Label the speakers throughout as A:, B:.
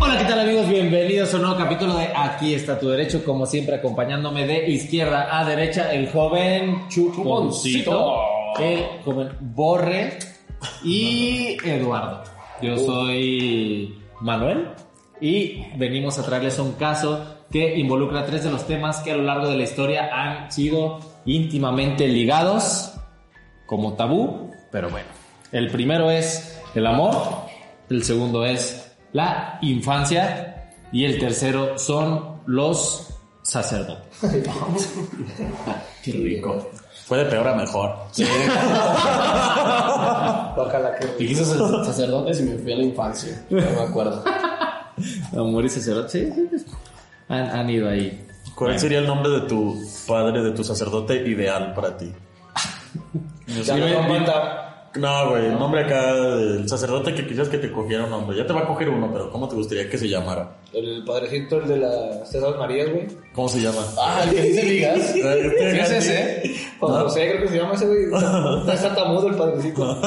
A: Hola, ¿qué tal amigos? Bienvenidos a un nuevo capítulo de Aquí está tu derecho, como siempre acompañándome de izquierda a derecha, el joven Chuponcito, el joven Borre y Eduardo. Yo soy Manuel y venimos a traerles un caso que involucra tres de los temas que a lo largo de la historia han sido íntimamente ligados como tabú, pero bueno. El primero es el amor, el segundo es la infancia y el tercero son los sacerdotes.
B: Qué rico.
C: Fue de peor a mejor.
B: Ojalá que rico.
C: Dijiste sac-
B: sacerdotes y me fui a la infancia. No me acuerdo.
A: Amor y sacerdotes, sí, sí, sí. han, han ido ahí.
C: ¿Cuál sería el nombre de tu padre, de tu sacerdote ideal para ti?
B: Ya
C: Sí,
B: me
C: güey.
B: van a mandar.
C: No, güey, el nombre acá del sacerdote que quisieras que te cogiera un nombre. Ya te va a coger uno, pero ¿cómo te gustaría que se llamara?
B: El padrecito, el de las César Marías, güey.
C: ¿Cómo se llama?
B: Ah, el que dice ligas.
C: ¿Qué
B: ¿Qué es ese? ¿eh? Juan José, creo que se llama ese, güey. Está está tamudo el padrecito.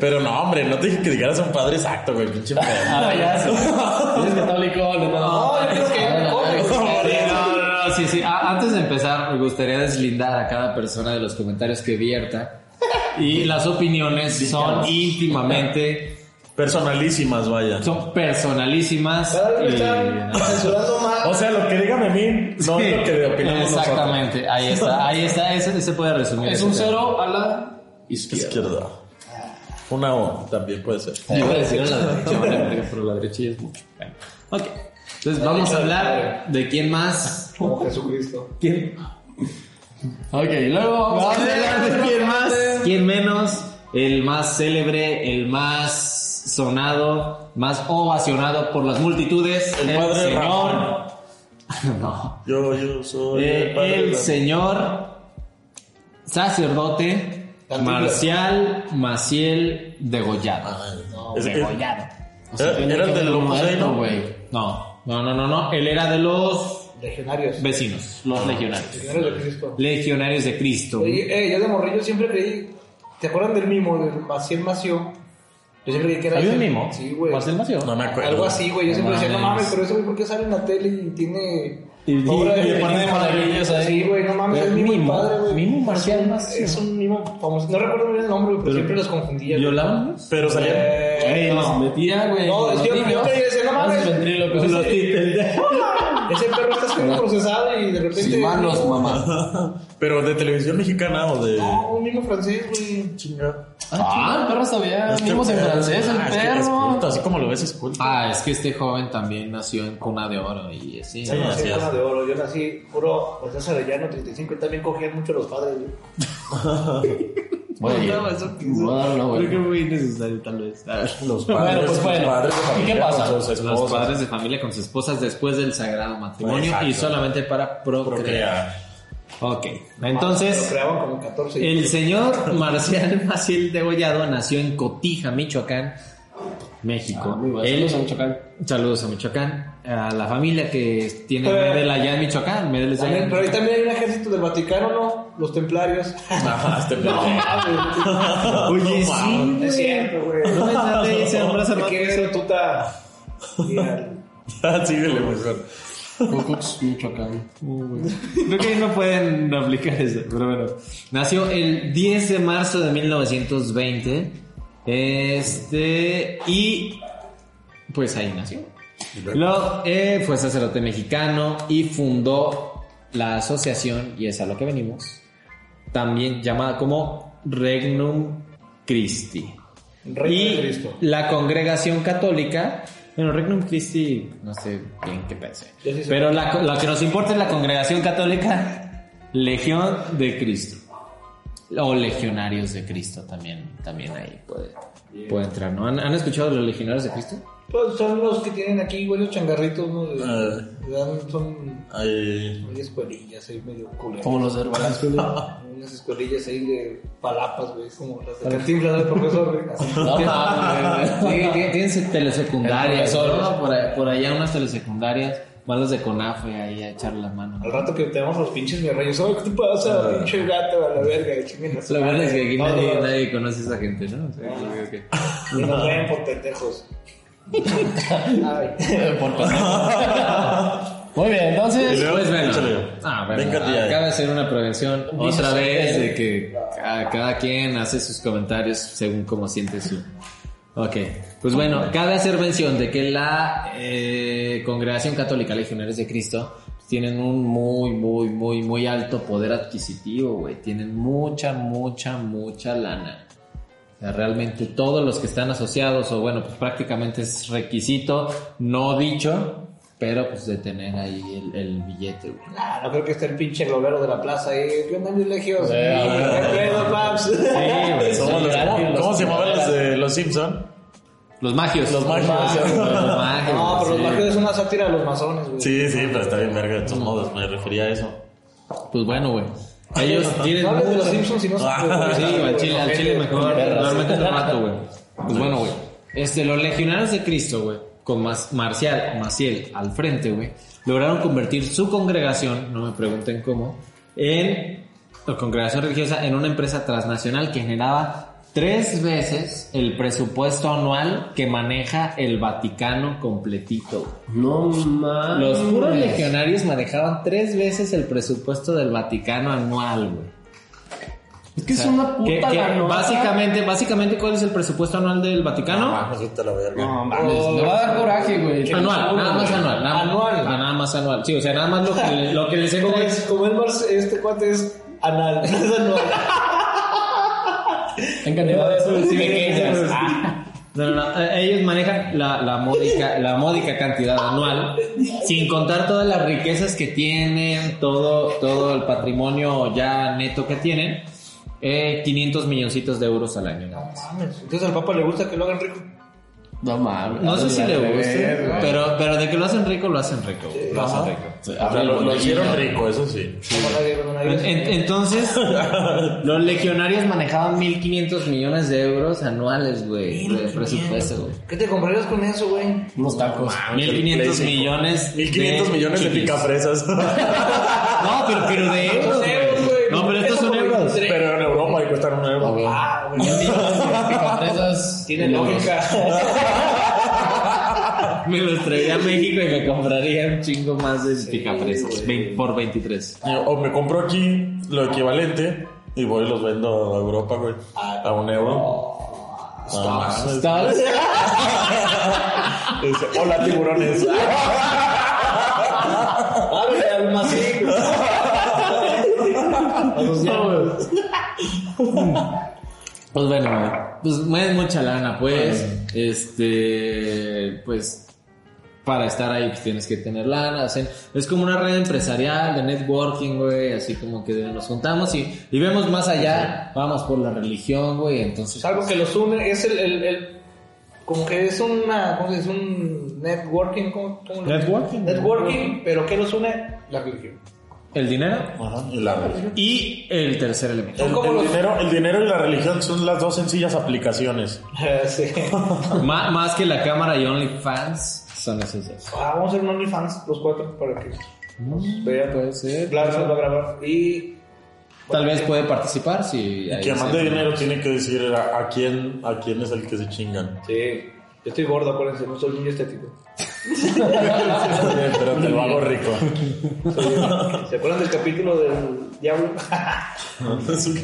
C: Pero no, hombre, no te dije que dijeras un padre exacto, güey, pinche pedo.
A: Ah, ya, sí. Eres católico, no,
B: No, es que
A: Ah,
B: no,
A: no,
B: es que-
A: no, no, no, sí, sí. A- Antes de empezar, me gustaría deslindar a cada persona de los comentarios que vierta. Y las opiniones son íntimamente,
C: Personalísimas, vaya.
A: son personalísimas.
B: Cada vez me
A: y-
B: están censurando más.
C: O sea, lo que diga Memín no es lo que opinamos nosotros.
A: Exactamente, ahí está, ahí está, ese, ese puede resumir.
B: Es
A: ese
B: un
A: tema.
B: cero a la izquierda.
C: Izquierda. Una O también puede ser.
A: Yo iba a decir a la derecha, vale, verga, pero la derecha ya es mucho. Bueno, ok, entonces vamos a hablar de quién más.
B: Como Jesucristo.
A: ¿Quién? Ok, luego vamos a hablar de quién más, quién menos, el más célebre, el más sonado, más ovacionado por las multitudes, el,
C: padre
A: señor. no.
C: Yo, yo soy
A: Eh,
C: el padre.
A: el
C: de-
A: señor sacerdote
B: Cantinflas.
A: Marcial Maciel
C: Ah,
A: Degollado.
B: No,
C: Es-
A: Degollado.
C: Era-
A: tenía
C: Eh, era
A: que
C: del
A: haber
C: Opus Dei,
A: muerto,
C: ¿no?
A: güey. No, no, no, no, no. Él era de los
B: legionarios.
A: vecinos,
C: Ah,
A: los legionarios.
B: Legionarios de Cristo.
A: Legionarios de Cristo.
B: Oye, eh, yo de morrillo siempre creí. ¿Te acuerdan del mimo, del Maciel Mació? Yo siempre creí que era.
A: ¿Había un
B: ese.
A: mimo?
B: Sí, güey.
A: ¿Marcel Mació?
C: No me acuerdo.
B: Algo así, güey. Yo
A: No
B: siempre decía, no
A: mames.
B: mames, pero ese güey, ¿por qué sale en la tele y tiene.
A: Y- y-
B: obra
A: y pone maravillas ahí.
B: Sí, güey, no mames,
A: Pero
B: es mimo,
A: mimo,
B: mi padre, güey.
A: mimo Marcial
B: Es un-
A: Mació.
B: Es un mimo famoso. No recuerdo bien el nombre, güey, pero
A: Pero-
B: siempre los confundía. güey.
A: ¿Violamos?
C: Pero salía.
B: Eh,
A: Ey, nos
B: no.
A: metía, güey.
B: No,
A: con
B: es
A: los
B: que yo- yo
A: niños.
B: creí ese, no mames.
A: Los ventrílocos, los títeres.
B: Ese perro está siendo procesado y de repente.
D: Sin manos, mamá.
C: Pero de televisión mexicana o de.
B: No, un mimo francés, güey.
C: Chinga.
D: Ah, el perro sabía. Mimos en francés,
C: Este
D: el
C: Ah, es que es
D: perro.
C: culto, así como lo ves, es culto.
A: Ah, es que este joven también nació en cuna de oro y así.
C: Sí.
B: Yo nací
C: Gracias.
B: en Cuna de oro, yo nací puro José Arellano 35 y también cogían mucho los padres. güey.
D: Oye,
B: No, eso que-
D: bueno, no,
A: Creo que
D: güey.
A: muy innecesario tal vez.
C: Los
A: Bueno,
C: padres,
A: pues bueno.
C: los padres de
A: ¿Y qué
C: familia
A: pasa?
C: con sus esposas.
A: Los padres de familia con sus esposas después del sagrado matrimonio
C: Exacto.
A: y solamente para procrear.
C: Procrear.
A: Ok, entonces
B: Lo creaban como 14. y-
A: el señor Marcial Maciel Degollado nació en Cotija, Michoacán, México.
D: Muy bueno.
A: Él-
D: Saludos a Michoacán.
A: saludos a Michoacán, a la familia que tiene Medel allá en Michoacán. Medel es de allá
B: También,
A: en
B: pero ahí
A: Michoacán.
B: también hay un ejército del Vaticano, ¿no? Los templarios.
C: Ah, este pendejo.
A: Oye,
C: No mames.
A: sí,
B: Es cierto, güey.
A: No me sale ese hombre hace
B: Te
A: rato.
B: quiere ver tuta. Y al-
C: Ah, sí, de lo mejor.
D: Cucuts, Michoacán.
A: Creo que ahí no pueden aplicar eso, pero bueno. Nació el 10 de marzo de 1920. Este. Y. Pues ahí nació. Lo, eh, fue sacerdote mexicano y fundó la asociación, y es a lo que venimos, también llamada como Regnum Christi.
B: Reino
A: y
B: de Cristo.
A: la congregación católica Bueno, Regnum Christi, no sé bien qué pensé.
B: Yo sí sé.
A: Pero la, co- lo que nos importa es la congregación católica Legión de Cristo. O Legionarios de Cristo también, también ahí puede, puede entrar, ¿no? ¿Han, han escuchado de los Legionarios de Cristo?
B: Pues son los que tienen aquí buenos changarritos, ¿no? De-
C: Ah.
B: dan- son
C: Ay,
B: unas escuelillas ahí medio culeras.
D: Como los de Herbalife.
B: Unas escuelillas ahí de palapas, güey, como las de cantinflas del profesor, güey. Así.
D: No,
A: Tienen- tienen- Tienen telesecundarias,
D: El profesor.
A: ¿no? por, ahí- por allá unas telesecundarias, malos de Conafe ahí a echar la mano.
B: Al rato que te vamos a los pinches mi reyes, oye, ¿qué te pasa, pinche gato, a la verga? Chinguen a su
A: Lo bueno
B: madre.
A: es que aquí
B: Todos.
A: nadie, nadie conoce a esa gente, ¿no? O sea, que- que-
B: Y nos ven por pendejos. Ay.
D: Por pendejo. Muy bien, entonces.
C: luego,
A: Pues bueno,
C: échale.
A: ah, bueno,
C: Venga, tía.
A: acaba de ser una prevención
D: Dices
A: otra vez
D: que-
A: de que ca- cada quien hace sus comentarios según como siente su... Ok, pues bueno, cabe hacer mención de que la eh, Congregación Católica Legionarios de Cristo tienen un muy, muy, muy, muy alto poder adquisitivo, güey. Tienen mucha, mucha, mucha lana. O sea, realmente todos los que están asociados, o bueno, pues prácticamente es requisito, no dicho, pero pues de tener ahí el, el billete, güey.
B: Nah, no creo que esté el pinche globero de la plaza ahí. ¿Qué onda, mis legios? ¿Qué
A: Eh,
B: pedo, paps?
A: güey.
C: ¿Cómo, los-
A: Los-
C: ¿Cómo se llamaban los de los Simpson?
A: Los magios.
C: Los magios.
A: Los magios,
B: No, pero
A: sí.
B: los magios es una sátira de los masones, güey.
C: Sí, sí, pero está bien verga de todos modos, me refería a eso.
A: Pues bueno, güey. Ellos tienen.
B: No hables de los
A: mucho-
B: Simpsons, si no se
A: Sí, güey, al chile, al chile mejor. Normalmente lo mato, güey. Pues bueno, güey. Este, los legionarios de Cristo, güey, con Mas- Marcial, Maciel al frente, güey, lograron convertir su congregación, no me pregunten cómo, en la congregación religiosa en una empresa transnacional que generaba tres veces el presupuesto anual que maneja el Vaticano completito. güey.
D: No mames.
A: Los puros legionarios manejaban tres veces el presupuesto del Vaticano anual, güey.
D: Es que
A: O
D: es
A: sea,
D: una
A: que-
D: puta
A: que
D: ganota.
A: básicamente, básicamente, ¿cuál es el presupuesto anual del Vaticano?
C: Vamos, ahorita Ah, la verga.
D: No mames, me va a dar coraje, güey.
A: anual, nada más
D: güey.
A: anual. Nada,
B: Anual.
A: Ah, nada más anual. Sí, o sea, nada más lo que, lo que les he
B: Como es, como el Mars, este cuate es anal. Es anual.
D: En cantidad de
A: Sí, pequeñas. Ah. No, no, no. Eh, Ellos manejan la, la módica, la módica cantidad anual, sin contar todas las riquezas que tienen, todo, todo el patrimonio ya neto que tienen. Eh, 500 milloncitos de euros al año nada más.
B: Entonces al Papa le gusta que lo hagan rico.
D: No mames.
A: No sé si le
D: Verga,
A: gusta,
D: güey.
A: pero, pero de que lo hacen rico, lo hacen rico. güey, Lo hacen rico.
C: O sea, Ah, lo, lo hicieron rico, eso sí.
B: Como nadie- como nadie-
A: En- en- entonces, los legionarios manejaban 1.500 millones de euros anuales, güey, de presupuesto, güey.
B: ¿Qué te comprarías con eso, güey?
D: Unos tacos.
A: 1500 millones.
C: 1500 millones de
A: chiles.
C: picafresas.
A: No, pero, pero de euros.
B: Son euros, güey.
A: No, pero estos son
B: Eso
A: euros.
B: por
C: Pero en Europa y cuestan un euro.
B: Ah, güey.
D: Esas-
B: Tiene lógica.
A: Me los traería a México y me compraría un chingo más de picafresas. vein- Por 23.
C: Yo, O me compro aquí lo equivalente y voy y los vendo a Europa, güey. A un euro. Ah, No mames.
A: ¿Sabes?
C: Dice, Hola, tiburones.
B: Abre almacén.
A: Pues bueno, güey. pues no es mucha lana, pues. Este, pues para estar ahí pues, tienes que tener lana. hacen- es como una red empresarial de networking, güey. Así como que nos juntamos y, y vemos más allá. Vamos por la religión, güey. Entonces,
B: Es Pues algo que los une, es el, el, el- como que es una, ¿cómo se dice? Un networking, ¿cómo, cómo lo-
A: Networking.
B: Networking, pero ¿qué los une? La religión.
A: el dinero
C: Ajá, y la religión.
A: y el tercer elemento.
C: El,
B: ¿Cómo
C: el
B: los-
C: dinero, el dinero y la religión son las dos sencillas aplicaciones.
B: Ah, sí. Ah,
A: Má- más que la cámara y OnlyFans son esos dos.
B: Ah, vamos a ser un OnlyFans, los cuatro, para que nos vean.
A: puede ser.
B: Blas nos va a grabar. Y
A: Tal vez puede participar si. ahí
C: Quien
A: se-
C: más de dinero tiene que decir a, a quién, a quién es el que se chingan.
B: sí, yo estoy gordo, acuérdense, no soy niño estético.
C: Pero te lo hago rico.
B: Soy- ¿Se acuerdan del capítulo del diablo?
C: Es ok.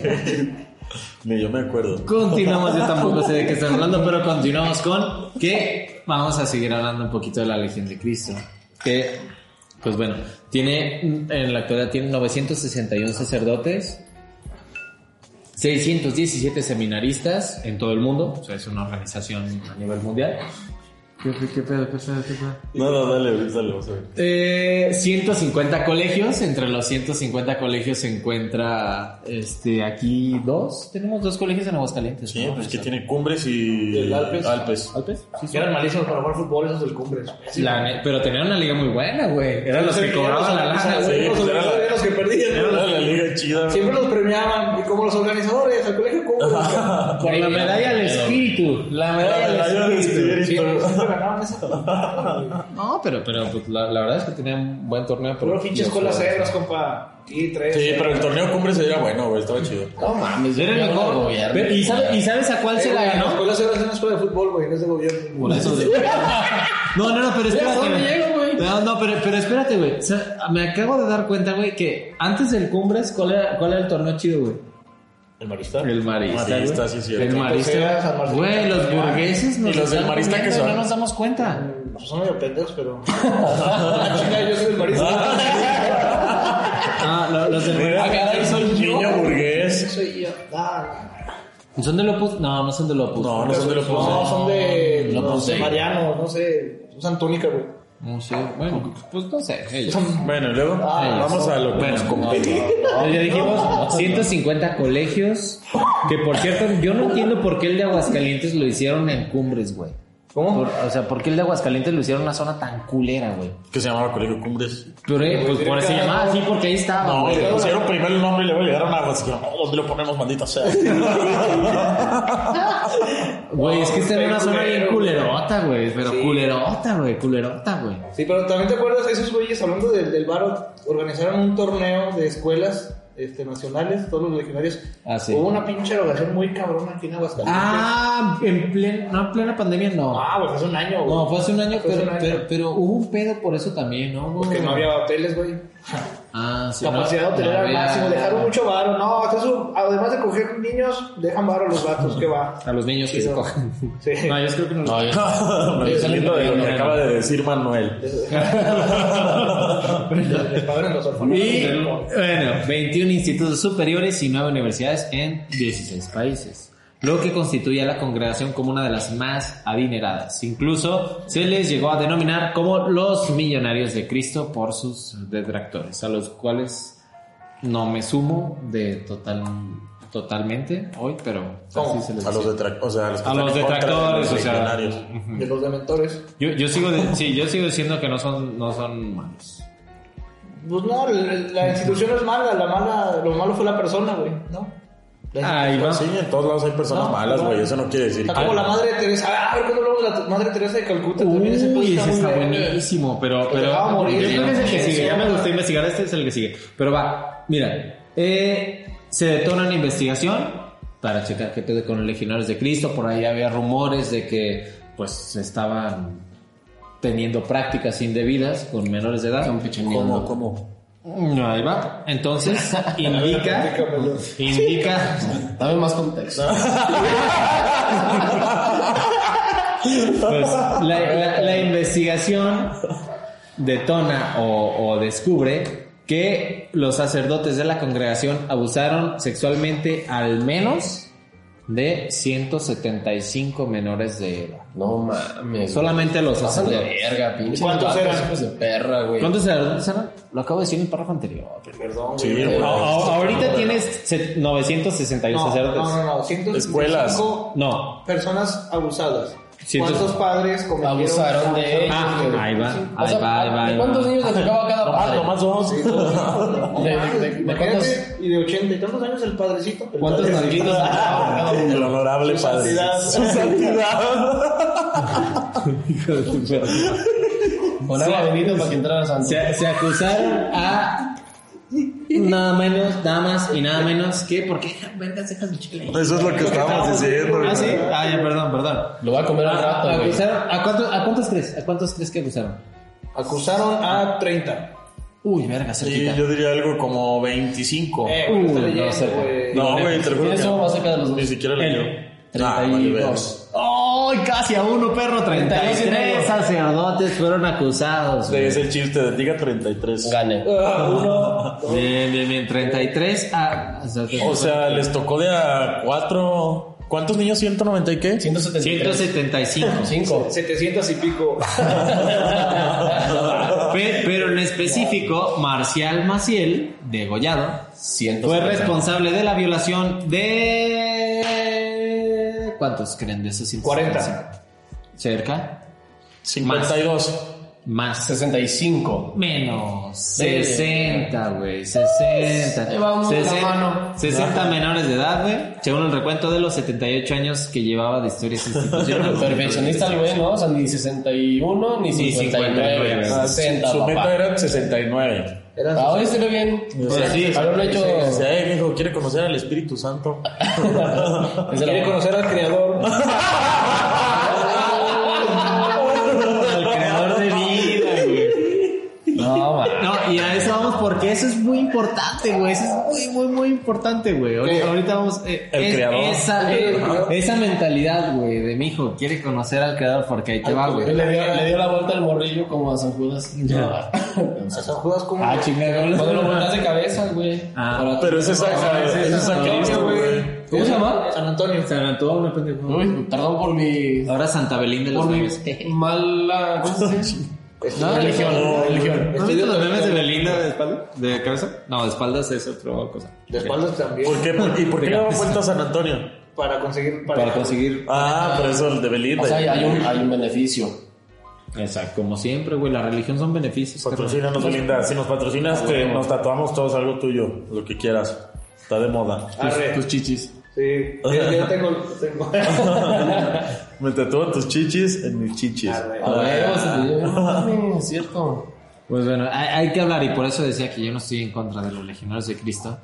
C: Ni yo me acuerdo.
A: Continuamos, yo tampoco sé de qué están hablando, pero continuamos con que vamos a seguir hablando un poquito de la Legión de Cristo. Que, pues bueno, tiene, en la actualidad tiene 961 sacerdotes, 617 seminaristas en todo el mundo, o sea, es una organización a nivel mundial,
D: ¿Qué, qué pedo, qué pedo, qué pedo?
C: No, no, dale, ahorita lo vamos a ver.
A: Eh, 150 colegios. Entre los 150 colegios se encuentra este, aquí dos. Tenemos dos colegios en Aguascalientes.
C: Sí,
A: ¿no?
C: pues que
A: Esa-
C: tiene Cumbres y.
B: El Alpes.
C: Alpes.
A: ¿Alpes? Sí, sí.
B: Que eran malísimos para jugar fútbol esos del Cumbres.
A: La ne- pero tenían una liga muy buena, güey. Eran los que cobraban la lana,
B: Eran los-
A: güey.
C: güey.
B: eran los- eran los que
C: Era
B: perdían.
C: la liga chida. güey.
B: Siempre los premiaban. Y como los organizadores, el colegio Cumbres.
A: Por la medalla al espíritu. La medalla
C: medalla
A: al
C: al
A: espíritu.
C: espíritu.
B: Siempre siempre ganaban esa.
A: No, pero, pero pues, la, la verdad es que tenían un buen torneo. pero-
B: Puro pinches colas cebras, compa. Sí, tres.
C: Sí, pero el torneo Cumbres era bueno, güey, estaba chido.
D: No mames,
A: Era el mejor. Ve- ¿Y, sabe- ¿Y sabes a cuál se la
B: Las
A: ganó?
B: colas cebras es una escuela de fútbol, güey, no es de gobierno.
A: Por eso de- No, no, no, pero espérate.
D: dónde
A: güey.
D: llego, güey?
A: No, no, pero, pero espérate, güey. O sea, me acabo de dar cuenta, güey, que antes del Cumbres, ¿cuál era, cuál era el torneo chido, güey?
C: ¿El Marista?
A: El Marista.
C: Marista,
A: güey.
C: sí, sí.
A: El
B: Tejera, San
A: Marista. Ah,
B: Martín.
A: Güey, los burgueses nos
C: Y los del
A: están
C: Marista
A: comiendo
C: que
A: y
C: son.
A: No nos damos cuenta.
B: Pues son medio pendejos, pero. Ah, Chica, yo soy del marista.
A: Ah, lo- los del
C: Mira,
A: Marista.
C: soy niño burgués.
B: soy yo. Ah,
A: ¿Son de Lopus? No, no son de Lopus.
C: No, no son de los
B: no, son de.
D: No,
B: No,
D: no sé.
B: sé. Mariano, no sé. Usan túnica, güey.
A: No sé, bueno, pues no sé. ellos.
C: Bueno, y luego vamos a lo que
A: Bueno,
C: nos compete.
A: Ah, Ya dijimos 150 colegios. Que por cierto, yo no entiendo por qué el de Aguascalientes lo hicieron en Cumbres, güey.
B: ¿Cómo?
A: Por- o sea, ¿por qué el de Aguascalientes lo hicieron en una zona tan culera, güey?
C: Que se llamaba Colegio Cumbres.
A: Pero, eh, pues por eso se llamaba así, porque ahí estaba.
C: No,
A: güey.
C: le pusieron primero el nombre y luego le dieron a Vasco. No, ¿Dónde lo ponemos, maldita sea?
A: Güey, es que está en una zona bien
B: culero.
A: culerota, güey. Pero
B: Sí.
A: culerota, güey, culerota, güey.
B: Sí, pero también te acuerdas, esos güeyes, hablando del, del bar, organizaron un torneo de escuelas este, nacionales, todos los legionarios.
A: Ah, sí.
B: Hubo una pinche erogación muy cabrona aquí en Aguascalientes.
A: Ah, en plena, no, en plena pandemia no.
B: Ah, pues hace un año, güey.
A: No, fue hace un año,
B: Fue hace
A: pero,
B: un año.
A: pero, pero hubo un pedo por eso también, ¿no? güey?
B: Porque no había hoteles, güey.
A: Ah, sí.
B: Capacidad
A: no,
B: hotelera
A: no
B: al
A: había-
B: máximo. Dejaron mucho varo. No, hasta eso, además de coger niños, dejan varo los vatos. ¿Qué va?
A: A los niños que
B: Sí,
A: se Ah,
B: no.
A: cogen.
B: Sí.
A: No, yo creo que no.
D: No, yo-
C: Me estoy saliendo de lo que acaba de decir Manuel.
B: Les pagan los
A: Y,
B: orfanatorios.
A: bueno, 21 institutos superiores y 9 universidades en 16 países, lo que constituye a la congregación como una de las más adineradas. Incluso se les llegó a denominar como los millonarios de Cristo por sus detractores, a los cuales no me sumo de total, totalmente hoy, pero así se les
C: A los
A: dice.
C: detractores. O sea, a los, que
A: A
C: están
A: los
C: en contra de
A: detractores,
C: los
A: o sea,
C: legionarios.
B: De los dementores.
A: yo, yo sigo de- sí, yo sigo diciendo que no son, no son malos.
B: Pues no, la, la institución no es mala. La mala, lo malo fue la persona, güey. ¿No? La-
A: Ahí va.
C: Sí, en todos lados hay personas
B: No,
C: malas,
B: no.
C: güey. Eso no quiere decir
B: Está
C: que.
B: como la madre Teresa. A ver, ¿cuándo hablamos de la madre Teresa de Calcuta? También ese
A: Uy,
B: podcast
A: ese está
B: muy verga.
A: buenísimo, pero,
B: Pues
A: pero
B: se va a morir.
A: yo creo que es el que
B: Sí,
A: sigue. Ya
B: sí.
A: me gustó investigar, este es el que sigue. Pero va, mira, eh, se detona una investigación para checar qué pedo con los legionarios de Cristo. Por ahí había rumores de que, pues, estaban teniendo prácticas indebidas con menores de edad.
D: Están pechoneando.
C: ¿Cómo, cómo?
A: No, ahí va. Entonces, indica, indica,
D: Dame más contexto.
A: Pues la, la- la investigación detona o, o descubre que los sacerdotes de la congregación abusaron sexualmente al menos de 175 menores de edad.
D: No mames.
A: Solamente los
D: Pasan de
A: sacerdotes.
D: verga, pinche.
B: ¿Cuántos
D: vatos,
B: eran?
D: Hijos de perra, güey.
A: ¿Cuántos sacerdotes eran? Lo acabo de decir en el párrafo anterior.
B: Perdón,
C: Sí,
B: güey.
C: güey.
A: A- a- ahorita tienes se- 961
B: No,
A: sacerdotes.
B: no, no, no. 155
C: Escuelas.
A: No.
B: personas abusadas.
A: Cientos-
B: ¿Cuántos padres cometieron?
D: Abusaron de ellos.
A: Ah,
D: güey.
A: ahí va,
D: O
A: ahí
D: sea,
A: va, ahí va.
D: ¿De
A: ahí
D: cuántos
A: va.
D: niños le tocaba cada
C: Nomás,
A: ah,
D: padre?
C: nomás dos.
D: De- de- de- de cuántos-
B: Imagínate, y de 80 y tantos años el padrecito. El
A: ¿Cuántos
B: padrecito.
A: nalguitos?
C: El honorable
B: Su
C: padre.
B: santidad.
C: Su santidad.
D: Con agua bendita para que entrara Santo.
A: Se, se acusaron a nada menos, nada más y nada menos que porque vengas dejas mi chicle.
C: Eso es lo que estábamos diciendo, güey.
A: Ah, sí. Ah, ya, perdón, perdón.
D: Lo va a comer al
A: Ah,
D: rato, güey.
A: acusaron, ¿a, cuánto- ¿A cuántos crees? ¿A cuántos crees que acusaron?
B: Acusaron a 30.
A: Uy, verga, cerquita.
C: Sí, yo diría algo como 25.
B: Eh, güey, está
A: Uh,
B: leyendo,
A: no sé.
B: güey.
C: no, güey, te lo juro. que
D: Eso
C: no.
D: más cerca de los
C: Ni
D: dos.
C: siquiera le
A: El-
C: dio. Ah,
D: 32.
A: ¡Ay, casi a uno, perro! 33 sacerdotes fueron acusados.
C: Ese es el chiste de Diga 33.
D: Gane.
A: Bien, bien, bien. 33 a...
C: O sea, les tocó de a 4 ¿Cuántos niños? 190 y qué?
D: 175.
A: 175.
D: Cinco.
B: 700 y pico.
A: Pe- Pero en específico, Marcial Maciel, degollado, fue responsable de la violación de... ¿Cuántos creen de esos 175? ¿Cerca?
C: 52.
A: Más.
D: 65.
A: Menos.
D: Sí.
A: 60, güey. 60.
D: Ahí va uno con la
A: 60,
D: mano.
A: 60 menores de edad, güey. Según el recuento de los 78 años que llevaba de historias institucionales.
D: Perfeccionista el güey, ¿no? O sea, ni 61, ni 59.
A: 59.
C: Ah,
D: 60,
C: su meta
D: papá.
C: eran 69.
B: Eran
D: Ah, hoy se ve bien.
C: Pues sí,
D: Haberlo hecho...
B: Eh.
C: Dice, "Ey, mijo, quiere conocer al Espíritu Santo.
D: Es de la
B: Quiere
D: buena.
B: conocer al creador.
A: Al creador de vida, güey.
D: No, man.
A: No, y a eso vamos porque eso es muy importante, güey. Eso es muy, muy, muy importante, güey. Ahorita, ahorita vamos. eh,
C: El creador.
A: Esa,
B: El
A: eh,
B: creador.
A: esa mentalidad, güey, de mi hijo. Quiere conocer al creador porque ahí te va, güey.
D: Le dio, le dio la vuelta al morrillo como a San Judas. No.
B: A San Judas como.
A: Ah, chingada.
D: Cuando lo volteas de cabeza, güey.
A: Ah.
D: Para-
C: Pero ese es
D: Ah,
C: acá, ese es acá, güey.
D: ¿Cómo se llama?
B: San Antonio.
A: San Antonio, una pendejo.
D: Uy, perdón por mi...
A: Ahora Santa Belín de los
D: Por mi
A: Memes.
D: mala... ¿Cómo se dice?
B: Estudió-
D: No, religión, religión.
A: ¿No has visto
B: estudió
A: los memes de
B: también.
A: Belinda de espalda? ¿De cabeza? No, de espaldas es otra cosa.
B: De espaldas también.
C: ¿Por qué? ¿Por- ¿Y por qué le daba vuelta a San Antonio?
B: Para conseguir.
A: Para conseguir.
C: Ah, por eso el de Belinda.
D: O sea, hay un, hay un beneficio.
A: Exacto, como siempre, güey. La religión son beneficios. carnal.
C: Patrocínanos, Belinda. Si nos patrocinas, te- nos tatuamos todos algo tuyo, lo que quieras. Está de moda.
B: Arre.
D: Tus chichis.
B: Sí. Yo, yo tengo. tengo.
C: Me tatúo tus chichis en mis chichis.
B: Arre.
D: A huevo, se te dio. Mami, Ah. Es cierto.
A: Pues bueno, hay, hay que hablar, y por eso decía que yo no estoy en contra de los legionarios de Cristo,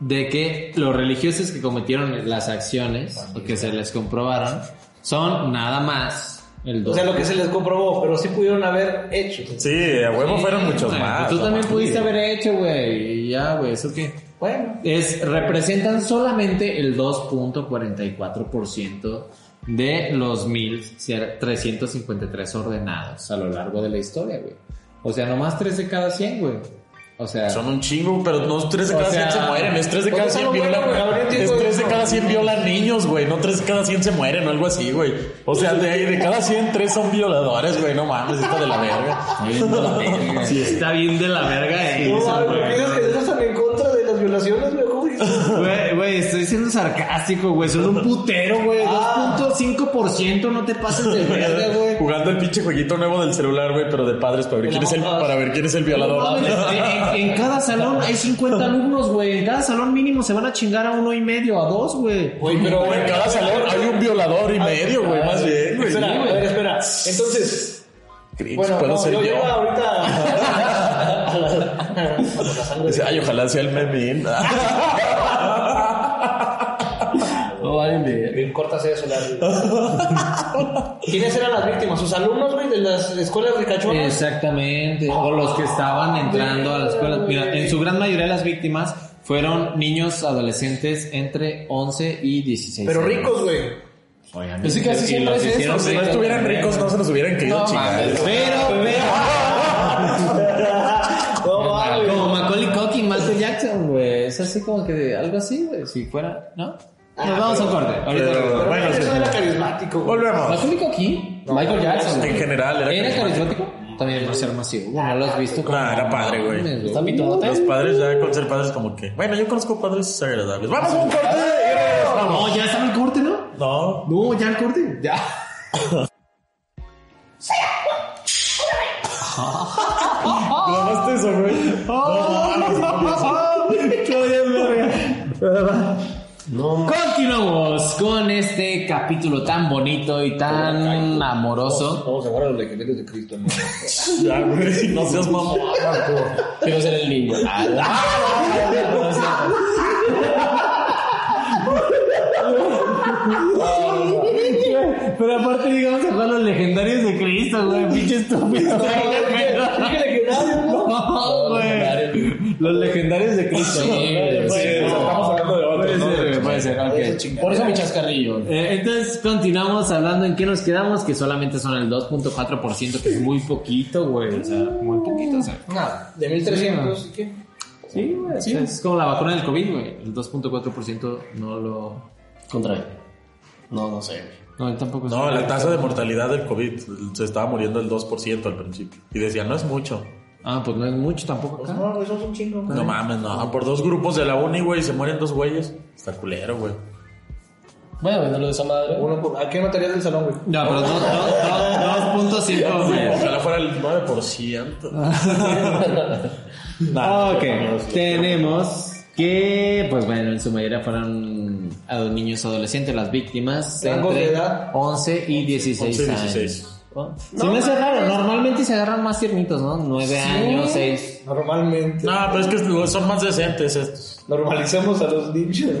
A: de que los religiosos que cometieron las acciones o que se les comprobaron son nada más el
B: O sea, lo que se les comprobó, pero sí pudieron haber hecho.
C: Sí, a huevo fueron muchos
A: Pues
C: más.
A: Tú también
C: ¿no?
A: pudiste haber hecho, güey. Y ya, güey, ¿eso qué?
B: Bueno.
A: Es, representan solamente el 2.44% de los 1.353 ordenados a lo largo de la historia, güey. O sea, nomás 3 de cada 100, güey. O sea...
C: Son un chingo, pero no es 3 de cada
A: O sea,
C: 100 se mueren, es 3 de
B: pues
C: cada
B: eso
C: 100
B: no
C: violan.
B: muere, güey, habría
C: es
B: tiempo de
C: 3 de
B: eso.
C: cada 100 violan niños, güey, no 3 de cada 100 se mueren o algo así, güey. O sea, de, de cada 100, 3 son violadores, güey, no mames, está de la verga.
A: Sí, está bien de la verga, eh.
B: No, mames, ¿por qué dices que estás tan en contra de las violaciones, mejor?
A: Güey, güey, estoy siendo sarcástico, güey. Son un putero, güey.
B: Ah.
A: 2.5%, no te pases de verga, güey.
C: Jugando el pinche jueguito nuevo del celular, güey, pero de padres para ver quién es el, para ver quién es el violador.
A: En, en- en cada salón hay 50 alumnos, güey. En cada salón mínimo se van a chingar a uno y medio, a dos, güey.
B: Güey, pero
C: O en cada salón hay un violador y medio, güey, más bien, güey.
B: Espera, a ver, espera. Entonces,
C: Crix,
B: bueno,
C: puedo
B: no,
C: ser
B: yo
C: yo.
B: llego ahorita. a la- a la-
C: Dice, Ay, ojalá sea el memín.
D: No valen ver.
B: Bien cortas eso, la ¿Quiénes eran las víctimas? ¿Sus alumnos, güey, de las escuelas ricachonas?
A: Exactamente. O los que estaban entrando a la escuela. Mira, en su gran mayoría las víctimas fueron niños adolescentes entre 11 y 16
B: Pero
A: años.
B: ricos, güey.
A: Oigan,
D: Pues sí, casi
A: y
D: siempre
A: los
D: es eso,
A: hicieron
D: sí.
C: Si no estuvieran ricos, no se los hubieran querido chingar.
A: Pero,
B: No,
A: pero.
B: mames.
A: Como Macaulay Culkin, Michael Jackson, güey. Es así como que de- algo así, güey. Si fuera, ¿no? Nos vamos a un corte. Ahorita
C: Ah,
A: regresamos.
C: pero-
B: Pero
C: Bueno,
B: eso
C: sí.
B: era carismático, güey.
C: Volvemos.
D: ¿Michael Jackson? Michael Jackson.
C: En general, era
A: ¿Era
C: carismático.
A: carismático? También era ser masivo. No lo has visto.
C: Nah, era padre, güey.
A: Mames,
D: Está mitote.
C: Los padres ya con ser padres como que. Bueno, yo conozco padres desagradables. Vamos a un corte y regresamos.
A: No, ya estaba el corte, ¿no?
C: No.
A: No, ya el corte. Ya.
C: ¿Grabaste eso, güey?
A: Todavía Continuamos con este capítulo tan bonito y tan amoroso.
B: Vamos a jugar a los legendarios de Cristo, ¿no?
C: Ya, güey. No seas mamón.
D: Quiero ser el niño.
A: Pero aparte, digamos que juegan los legendarios de Cristo, güey. Pinche estúpido.
B: Dije legendarios, ¿no?
A: No, güey. Los legendarios de Cristo.
D: Sí,
A: Puede
D: sí,
A: ser,
D: sí.
C: Estamos hablando de
A: Puede
C: otros, ¿no?
A: ser, puede ser, ok.
D: Por eso mi chascarrillo.
A: Eh, entonces continuamos hablando en qué nos quedamos, que solamente son el 2.4%, que es muy poquito, güey. O sea, muy poquito, o sea.
B: Nada, de 1300, ¿y qué?
A: Sí, güey. o sea, es como la vacuna del COVID, güey. El 2.4% no lo
D: Contrae. No, no sé. güey.
A: No, él tampoco
C: No, la tasa de mortalidad del COVID se estaba muriendo el 2% al principio. Y decían, no es mucho.
A: Ah, pues no es mucho tampoco acá.
B: No, güey, son un chingo.
C: No mames, no. Por dos grupos de la uni, güey, se mueren dos güeyes. Está culero, güey.
D: Bueno, bueno, lo de esa madre.
B: Uno por- ¿A qué matarías del salón, güey?
A: No, pero dos- dos- dos- 2.5 güey.
C: Ojalá fuera el 9%. Nah,
A: Ok,
C: amigos,
A: tenemos que, pues bueno, en su mayoría fueron a los niños adolescentes las víctimas
B: Rangos
A: entre
B: de edad.
A: 11 y 16
C: 11,
A: años.
C: 16.
A: Se me hace raro, normalmente se agarran más tiernitos, ¿no? 9 años, 6.
B: Normalmente.
C: No, pero es que son más decentes estos.
B: Normalicemos a los niños.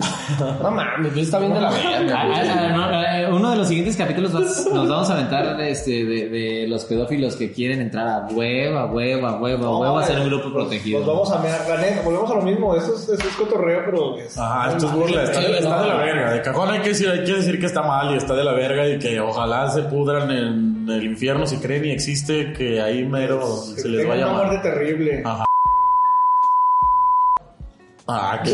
D: No mames, pues está bien de la verga.
A: Ah, ah, no, eh, Uno de los siguientes capítulos vas- nos vamos a aventar este, de, de los pedófilos que quieren entrar a hueva, hueva, hueva, hueva, a ser un grupo protegido.
B: Nos vamos a mear, la neta. Volvemos a lo mismo. Eso es, eso es cotorreo, pero. es-
C: Ajá, esto es burla. Está,
D: Sí,
C: está
D: no.
C: de la verga. De cajón hay que, decir, hay que decir que está mal y está de la verga y que ojalá se pudran en el infierno si creen y existe que ahí mero
B: que
C: se les
B: tenga
C: vaya
B: una
C: mal.
B: muerte terrible.
C: Ah. Ah, qué.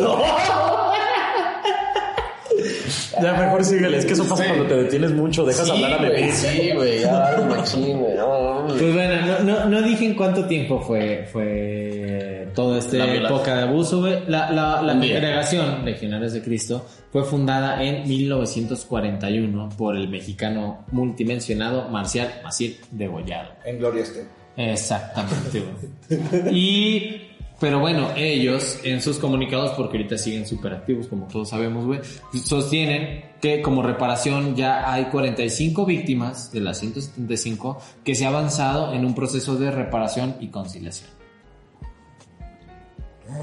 C: ya mejor síguele. Es que eso pasa cuando te detienes mucho. Dejas hablar a
D: güey,
C: bebés.
D: sí, güey, ya, dale, machín, güey. No, no, güey.
A: Pues bueno, no, no, no dije en cuánto tiempo fue, fue toda
D: La
A: esta
D: violación.
A: época de abuso, güey. La, la, la
D: Un día.
A: congregación Legionarios de Cristo fue fundada en 1941 por el mexicano multimencionado Marcial Maciel Degollado.
B: En Gloria esté.
A: Exactamente. güey. y, pero bueno, ellos en sus comunicados, porque ahorita siguen súper activos, como todos sabemos, güey, sostienen que como reparación ya hay 45 víctimas de las 175 que se ha avanzado en un proceso de reparación y conciliación.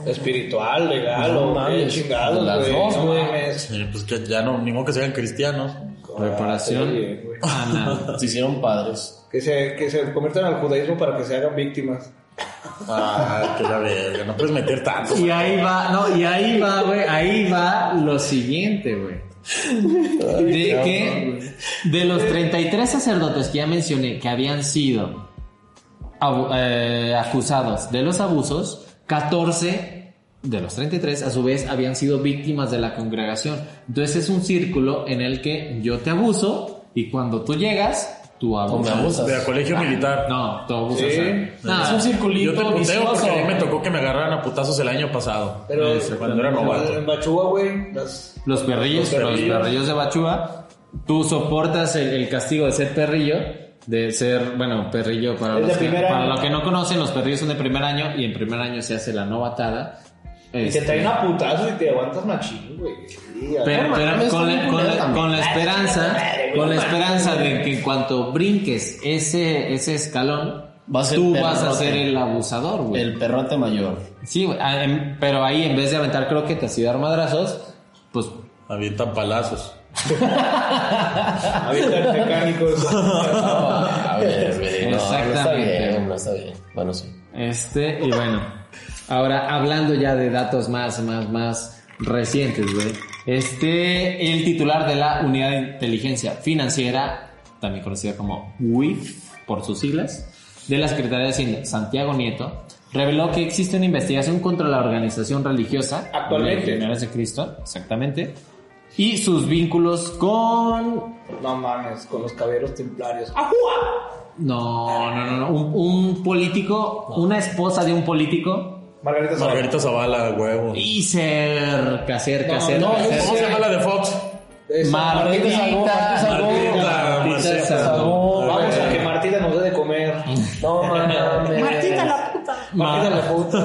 B: Espiritual, legal,
D: No
B: o
D: mames,
B: qué chingados,
D: las
B: güey.
D: dos,
B: no
D: güey.
B: mames.
C: Sí, pues que ya no, ni modo que sean cristianos.
A: Reparación.
B: Oye, güey.
A: anal.
D: Se hicieron padres.
B: Que se, que se conviertan al judaísmo para que se hagan víctimas.
C: Ah, que la verga. No puedes meter tanto.
A: Y ahí va, no, y ahí va, güey, ahí va lo siguiente, güey. De que de los 33 sacerdotes que ya mencioné que habían sido abu- eh, acusados de los abusos, 14 de los 33 a su vez habían sido víctimas de la congregación. Entonces es un círculo en el que yo te abuso y cuando tú llegas, tú
D: O me
A: abusas.
D: abusas.
C: De a colegio militar.
A: No, tú abusas.
B: Sí.
A: ¿eh? No,
D: Es un circulito
C: Yo te puteo
D: vicioso.
C: porque a mí me tocó que me agarraran a putazos el año pasado.
B: Pero
C: Ese, Eh, cuando era novato.
B: En Bachúa, güey, las.
A: Los perrillos,
C: Los
A: los
C: perrillos.
A: perrillos, de Bachúa. Tú soportas el, el castigo de ser perrillo, de ser, bueno, perrillo para
B: Es de
A: los, que,
B: primer
A: para
B: año.
A: los que no conocen, los perrillos son de primer año y en primer año se hace la novatada.
B: Y te
A: Este,
B: traen a putazos y te aguantas machín, güey. Sí, a-
A: pero,
D: No
A: pero
D: mames,
A: con,
D: está
A: la,
D: bien
A: con la-
D: culero
A: con la esperanza,
B: madre,
A: con la
B: güey,
A: esperanza de que en cuanto brinques ese, ese escalón,
D: Va a ser
A: tú
D: el
A: vas a
D: perrote.
A: ser el abusador, güey.
D: El perrote mayor.
A: Sí, güey, ah, em, pero ahí en vez de aventar croquetas y dar madrazos, pues
C: Avientan palazos.
B: Habitan mecánicos.
D: A ver, güey, no,
A: Exactamente.
D: No está bien, no está bien. Bueno, sí.
A: Este, y bueno. Ahora, hablando ya de datos más, más, más recientes, güey. Este, el titular de la Unidad de Inteligencia Financiera, también conocida como UIF, por sus siglas, de la Secretaría de Hacienda, Santiago Nieto, reveló que existe una investigación contra la organización religiosa.
B: Actualmente.
A: Legionarios de Cristo, exactamente. Y sus vínculos con
B: No mames, con los caballeros templarios. Ah,
A: No, no, no, no. Un, un político, una esposa de un político.
B: Margarita Zavala.
C: Margarita Zavala, huevo.
A: Y cerca, cerca,
B: No,
A: cerca.
B: no,
A: cerca.
C: ¿Cómo se llama la de Fox?
B: Esa-
A: Margarita,
D: Martita,
C: Martita, Martita
A: Salgó.
B: Vamos a
C: Ay.
B: que Martita nos dé de comer. No mames. Martita la puta. Martita la puta.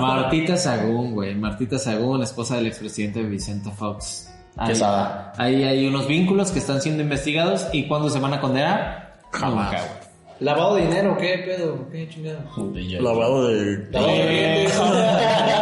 A: Martita Sagún, güey. Martita Sagún, la esposa del expresidente Vicente Fox. Ahí,
D: Quesada.
A: ahí hay unos vínculos que están siendo investigados y cuándo se van a condenar. Jamás.
B: ¿Lavado de dinero? ¿Qué pedo? ¿Qué chingada?
C: Lavado de.
B: Lavado de
A: Eh,
B: dinero.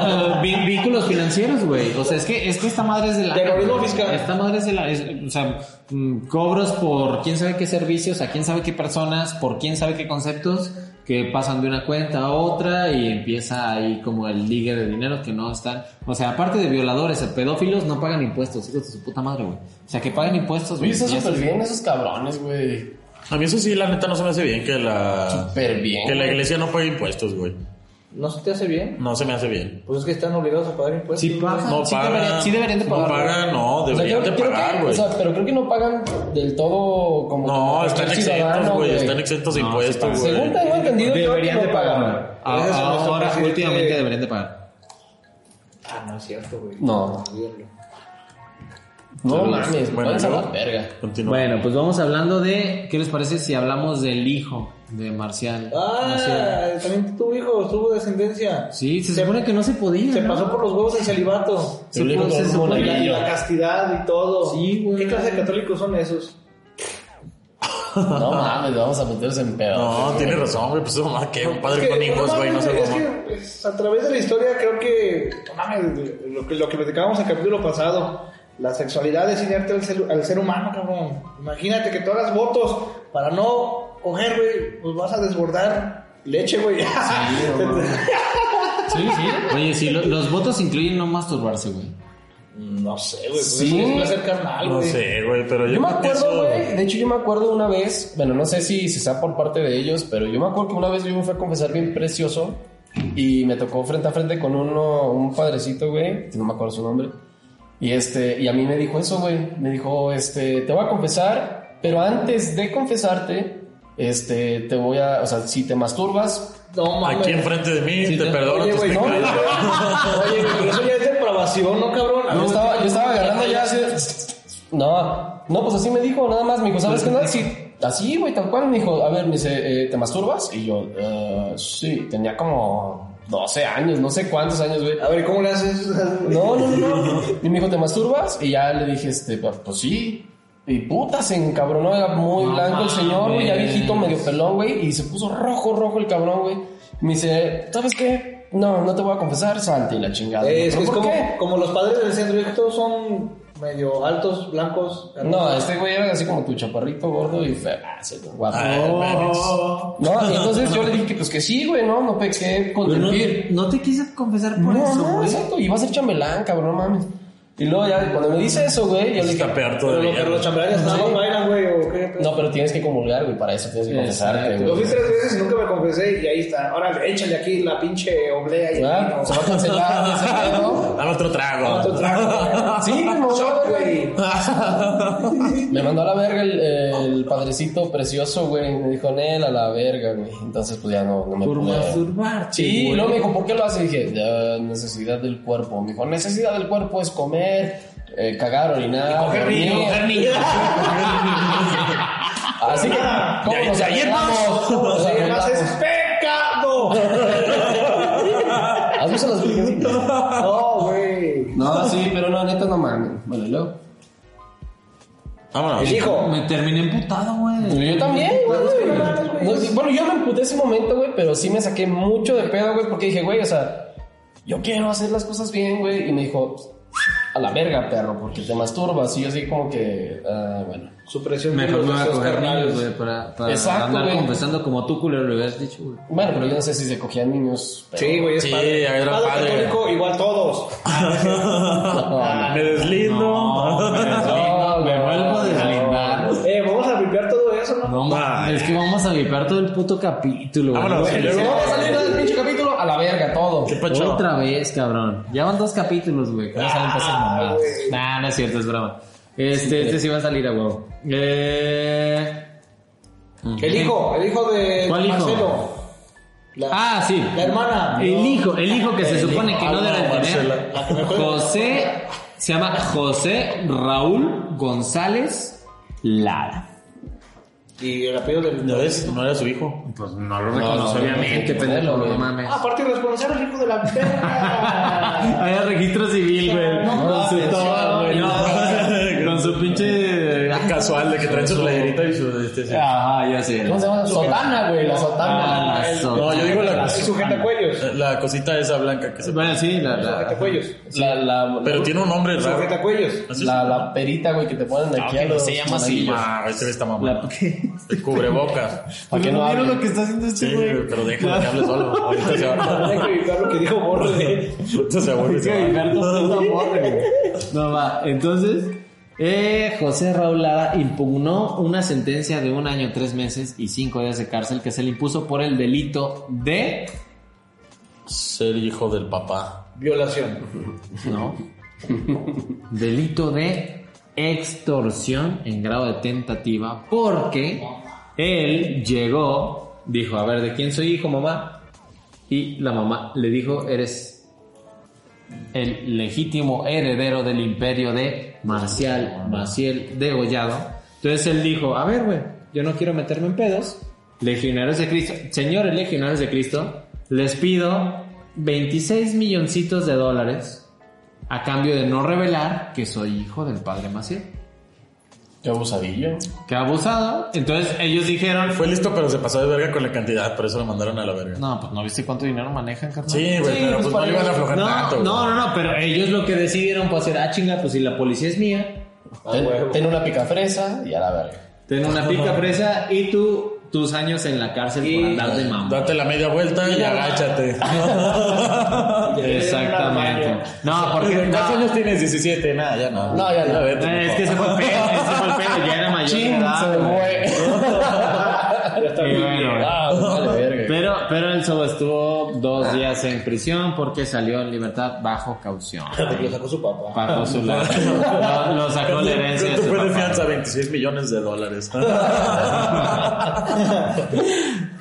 A: Ah, vin- vínculos financieros, güey. O sea, es que, es que esta madre es de la.
B: Terrorismo fiscal.
A: Esta madre es de la. es- o sea, mm, cobros por quién sabe qué servicios, a quién sabe qué personas, por quién sabe qué conceptos que pasan de una cuenta a otra y empieza ahí como el ligue de dinero que no están. O sea, aparte de violadores, pedófilos no pagan impuestos, hijos de su puta madre, güey. O sea, que paguen impuestos,
D: Oye,
A: güey.
D: está
A: Y eso-
D: súper bien esos cabrones, güey.
C: A mí eso sí, la neta, no se me hace bien que la.
D: Súper bien.
C: Que la iglesia no pague impuestos, güey.
B: ¿No se te hace bien?
C: No se me hace bien.
B: Pues es que están obligados a pagar impuestos.
A: Sí,
B: güey.
A: paga.
C: No
D: Ah, sí
C: pagan.
D: deberían- sí deberían de
C: No
D: pagar,
C: pagan,
D: güey.
C: no,
D: O sea,
C: deberían
D: creo-
C: de
D: creo que-
C: pagar, güey.
D: O sea, pero creo que no pagan del todo como.
C: no,
D: como
C: están
D: cualquier
C: exentos,
D: ciudadano,
C: güey. Están exentos de
A: No, sí pagan.
C: impuestos, güey.
D: Según tengo entendido, yo
A: Deberían
D: creo
A: de
D: que no pagan.
A: pagar.
B: Ese es
A: Ah,
B: nuestro
A: Ahora,
B: presidente.
A: últimamente deberían de pagar.
B: Ah, no es cierto, güey.
D: No.
B: Olvídalo.
D: No
C: Bueno,
D: mames,
C: bueno,
D: váyanse a
C: yo-
D: la verga.
C: Continúa.
A: Bueno, pues vamos hablando de. ¿Qué les parece si hablamos del hijo de Marcial? Marcial.
B: Ah, también tuvo hijos, tuvo descendencia.
A: Sí, se supone que no se podía.
B: Se
A: ¿no?
B: pasó por los huevos el celibato.
A: Se
C: El hijo
A: puso-
C: de
A: se
C: un
A: supone-
B: Y la, y la castidad y todo.
A: Sí, güey.
B: ¿Qué clase de católicos son esos?
D: No mames, vamos a meterse en pedo.
C: No, tienes razón, güey. Pues no mames, que un padre
B: Es que,
C: con hijos, güey, no se
B: mames,
C: lo
B: es que, pues, A través de la historia, creo que. no mames, lo que, lo que platicábamos en el capítulo pasado. La sexualidad es inerte al ser, al ser humano, cabrón. Imagínate que tú hagas votos para no coger, güey. Pues vas a desbordar leche, güey. Eh,
A: Sí, sí. Oye, sí, lo- los votos incluyen no masturbarse, güey.
B: no sé, güey. Pues
D: Sí.
B: eso es placer carnal,
C: No
B: güey.
C: sé, güey, pero yo,
D: Yo me
C: creo que
D: acuerdo,
C: eso-
D: güey. De hecho, yo me acuerdo una vez, bueno, no sé si se sea por parte de ellos, pero yo me acuerdo que una vez yo me fui a confesar bien precioso y me tocó frente a frente con uno, un padrecito, güey, que no me acuerdo su nombre. Y este, y a mí me dijo eso, güey. Me dijo, este, te voy a confesar, pero antes de confesarte, este, te voy a, o sea, si te masturbas,
B: No mames.
C: Aquí enfrente de mí, te
A: te-
C: perdono
B: Oye,
C: tus
B: güey, no,
C: pecados.
B: güey. Oye, güey, pero eso ya es depravación, ¿no, cabrón?
D: yo estaba, yo estaba agarrando ya así. No, no, pues así me dijo, nada más. Me dijo, ¿sabes qué? No, así, así, güey, tal cual. Me dijo, a ver, me dice, eh, ¿te masturbas? Y yo, "Eh, sí, tenía como 12 años, no sé cuántos años, güey.
B: A ver, ¿cómo le haces?
D: No, no, no, no. Y me dijo, ¿te masturbas? Y ya le dije, este, pues pues sí. Y puta, se encabronó, era muy
A: No
D: blanco el señor, güey, ya
A: mames.
D: viejito, medio pelón, güey, y se puso rojo, rojo el cabrón, güey. Me dice, ¿sabes qué? No, no te voy a confesar, Santi, la chingada.
B: Eh, es que
D: ¿Pero
B: es
D: por
B: como,
D: qué?
B: como los padres del centro, que todos son medio altos, blancos.
D: No, este güey era así como tu chaparrito gordo y feo. Ah, sí, guapo.
C: Ay, mames.
D: No, y entonces yo le dije que pues que sí, güey, no, no pequé
A: Pero no,
D: consentir.
A: no te quise confesar por
D: No,
A: eso,
D: no,
A: güey.
D: exacto, iba a ser chambelán, cabrón, no mames. Y luego ya cuando me dice eso, güey, yo le dije,
C: Está peor
B: Pero,
C: todavía.
B: pero los
C: güey.
B: chambelanes nada más
D: Sí.
B: bailan, güey, o qué.
D: no, pero tienes que comulgar, güey, para eso tienes que confesarte,
A: Exacto.
B: Lo fui
D: güey.
B: tres veces y nunca me confesé y ahí está. Ahora échale aquí la pinche oblea y
D: ¿Verdad?
B: aquí
D: Ah, Se va a cancelar ese pedo.
C: Dame otro trago.
B: Otro trago,
D: Sí, güey, no,
B: Shot,
D: güey.
B: güey.
D: Me mandó a la verga el, el padrecito precioso, güey. Me dijo, Nel, a la verga, güey. Entonces, pues ya no, no me
A: Por
D: pude-
A: masturbarte.
D: Sí, y
A: güey.
D: luego me dijo, ¿por qué lo hace? Y dije, "La necesidad del cuerpo. Me dijo, necesidad del cuerpo es comer, eh, cagar, orinar,
B: Coger niños,
D: dormir".
B: coger niños.
D: Así que, ¿cómo
C: Ya-
D: nos
C: ya ayer más.
D: arreglamos? ¿Cómo nos
B: Oye, más es
D: arreglamos?
B: pecado.
D: ¿Has visto las películas?
B: No, güey.
D: No, sí, pero no, neta, no mames. Bueno, y luego.
C: Vámonos.
B: El hijo.
A: Me terminé emputado, güey.
D: Yo también, güey.
B: no mames, güey.
D: No, sí, bueno, yo me emputé ese momento, güey, pero sí me saqué mucho de pedo, güey, porque dije, güey, o sea, yo quiero hacer las cosas bien, güey. Y me dijo, a la verga, perro, porque te masturbas. Y yo así como que, ah, bueno.
B: Supresión de
A: Mejor
B: los
A: me voy a
B: deseos
A: coger niños,
B: carnales.
A: güey, para, para
D: Exacto,
A: andar
D: güey.
A: confesando como tú, culero, lo hubieras dicho, güey.
D: Bueno, pero yo no sé si se cogían niños. pero-
B: Sí, güey, es
C: Sí,
B: padre.
C: era padre.
B: católico, igual todos.
C: Ah, Me deslindo.
D: No,
A: me
D: no,
A: vuelvo a
D: no.
A: deslindar.
B: Eh, vamos a limpiar todo eso, ¿no?
A: No,
C: Vaya.
A: mames, es que vamos a vipar todo el puto capítulo, güey.
C: Vámonos.
A: Güey,
C: Y luego-
D: No va a salir del pinche capítulo a la verga todo.
C: ¿Qué pacho?
A: Otra vez, cabrón. Ya van dos capítulos, güey. que No salen cosas mamadas. Nah, no es cierto, es broma. Este, este Ah, sí va a salir a huevo. Eh...
B: El hijo, el hijo de
A: ¿Cuál hijo?
B: Marcelo. La,
A: Ah, sí.
B: la hermana.
A: El hijo, el hijo que se
C: El
A: supone
C: hijo.
A: que no
C: Ah,
A: debe
C: no,
A: tener.
C: Marcela.
A: José, se llama José Raúl González Lara.
B: Y el apellido del.
C: ¿Ya ves? No era su hijo.
A: Pues no lo
D: reconoce, obviamente, pendejo, no
A: mames.
B: Ah, aparte irresponsable, hijo de la perra.
A: Hay registro civil, güey.
B: No
A: con su
B: mames,
A: toba, güey.
C: no.
A: no, con su pinche.
C: Casual, de que traen su playerita y su. este, sí.
A: Ajá, ya sé.
D: ¿Cómo se llama? Sotana, güey, la sotana.
A: Ah,
B: el-
A: so-
C: No, yo digo la,
B: Y su jetacuellos.
C: la cosita esa blanca que se.
A: Bueno, sí, la.
B: Su
A: la-
B: jetacuellos.
D: La, la,
C: Pero tiene un nombre
B: Su
C: raro.
B: jetacuellos.
C: Así
D: la,
C: se-
D: la perita, güey, que te ponen
C: Ah, que
D: aquí a
A: pues
C: no
D: los.
C: se llama así. Ah, ese está mamá.
A: la- ¿Qué?
C: El cubrebocas.
D: ¿Para que no
A: ¿Vieron
D: hablen?
A: lo que está haciendo
C: Sí,
A: este güey?
C: güey, pero déjalo que hable solo. Ahorita se va.
B: Hay que evitar lo que dijo Borre.
C: Ahorita se aburre. y se va.
A: No va, entonces eh, José Raúl Lara impugnó una sentencia de un año, tres meses y cinco días de cárcel que se le impuso por el delito de
C: Ser hijo del papá.
B: Violación.
A: No. Delito de extorsión en grado de tentativa porque él llegó, dijo, a ver, ¿de quién soy hijo, mamá? Y la mamá le dijo, eres el legítimo heredero del imperio de Marcial, Maciel degollado. Entonces él dijo, a ver, güey, yo no quiero meterme en pedos. Legionarios de Cristo, señores legionarios de Cristo, les pido 26 milloncitos de dólares a cambio de no revelar que soy hijo del padre Maciel.
D: Qué abusadillo.
A: Que abusado. Entonces ellos dijeron,
C: Fue listo, pero se pasó de verga con la cantidad, por eso lo mandaron a la verga.
A: no, pues no viste cuánto dinero manejan, carnal.
C: Sí, güey, pero pues,
D: pues,
C: no
D: para
C: le iban a
D: ellos-
C: aflojar
A: No,
C: tanto. güey.
A: no, no, no, pero ellos lo que decidieron fue hacer, ah, chinga, pues si la policía es mía,
D: Ten, ten una picafresa y a la verga.
A: ten una pica presa y tú tus años en la cárcel por andar de mamá.
C: Date la media vuelta y agáchate.
A: Exactamente. No, porque no.
C: ¿Cuántos años tienes? 17, nada, ya no.
D: No, ya no.
C: vete,
A: Eh, es
C: por
A: que ese
C: favor.
A: fue el pedo, ese fue el pedo, ya era mayor de edad, güey. Y bueno,
D: Ah, vale, verga.
A: Pero, pero el Sobo estuvo dos días en prisión porque salió en libertad bajo caución.
B: Porque lo sacó su papá.
A: Pagó su lo, lo sacó la herencia de
C: ¿Cuánto
A: su
C: fue de
A: papá.
C: fianza? 26 millones de dólares.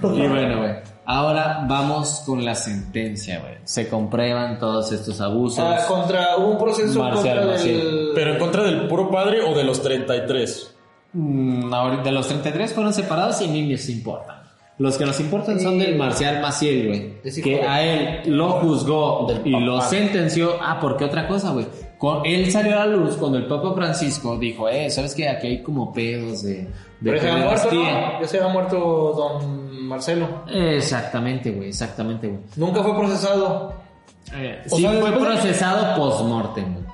A: Y bueno, güey. Ahora vamos con la sentencia, güey. Se comprueban todos estos abusos.
B: Ah, contra hubo un proceso
A: Marcial,
B: contra
A: Marcial.
B: del
C: ¿Pero en contra del puro padre o de los 33?
A: Mm, ahorita- de los 33 fueron separados y ni les importa. Los que nos importan son del Marcial Maciel,
B: Es
A: güey.
B: hijo
A: Que
B: de-
A: a él lo juzgó
D: Del
A: y lo
D: papá.
A: sentenció. Ah, porque otra cosa, güey. Con- Él salió a la luz cuando el Papa Francisco dijo, eh, ¿sabes qué? Aquí hay como pedos de... de
B: Pero se había muerto,
A: pederastía".
B: ¿no? Ya se había muerto don Marcelo.
A: Exactamente, güey, exactamente, güey.
B: Nunca fue procesado.
A: Eh,
D: O
A: sí
D: sea,
A: fue
D: después-
A: procesado post-mortem, güey.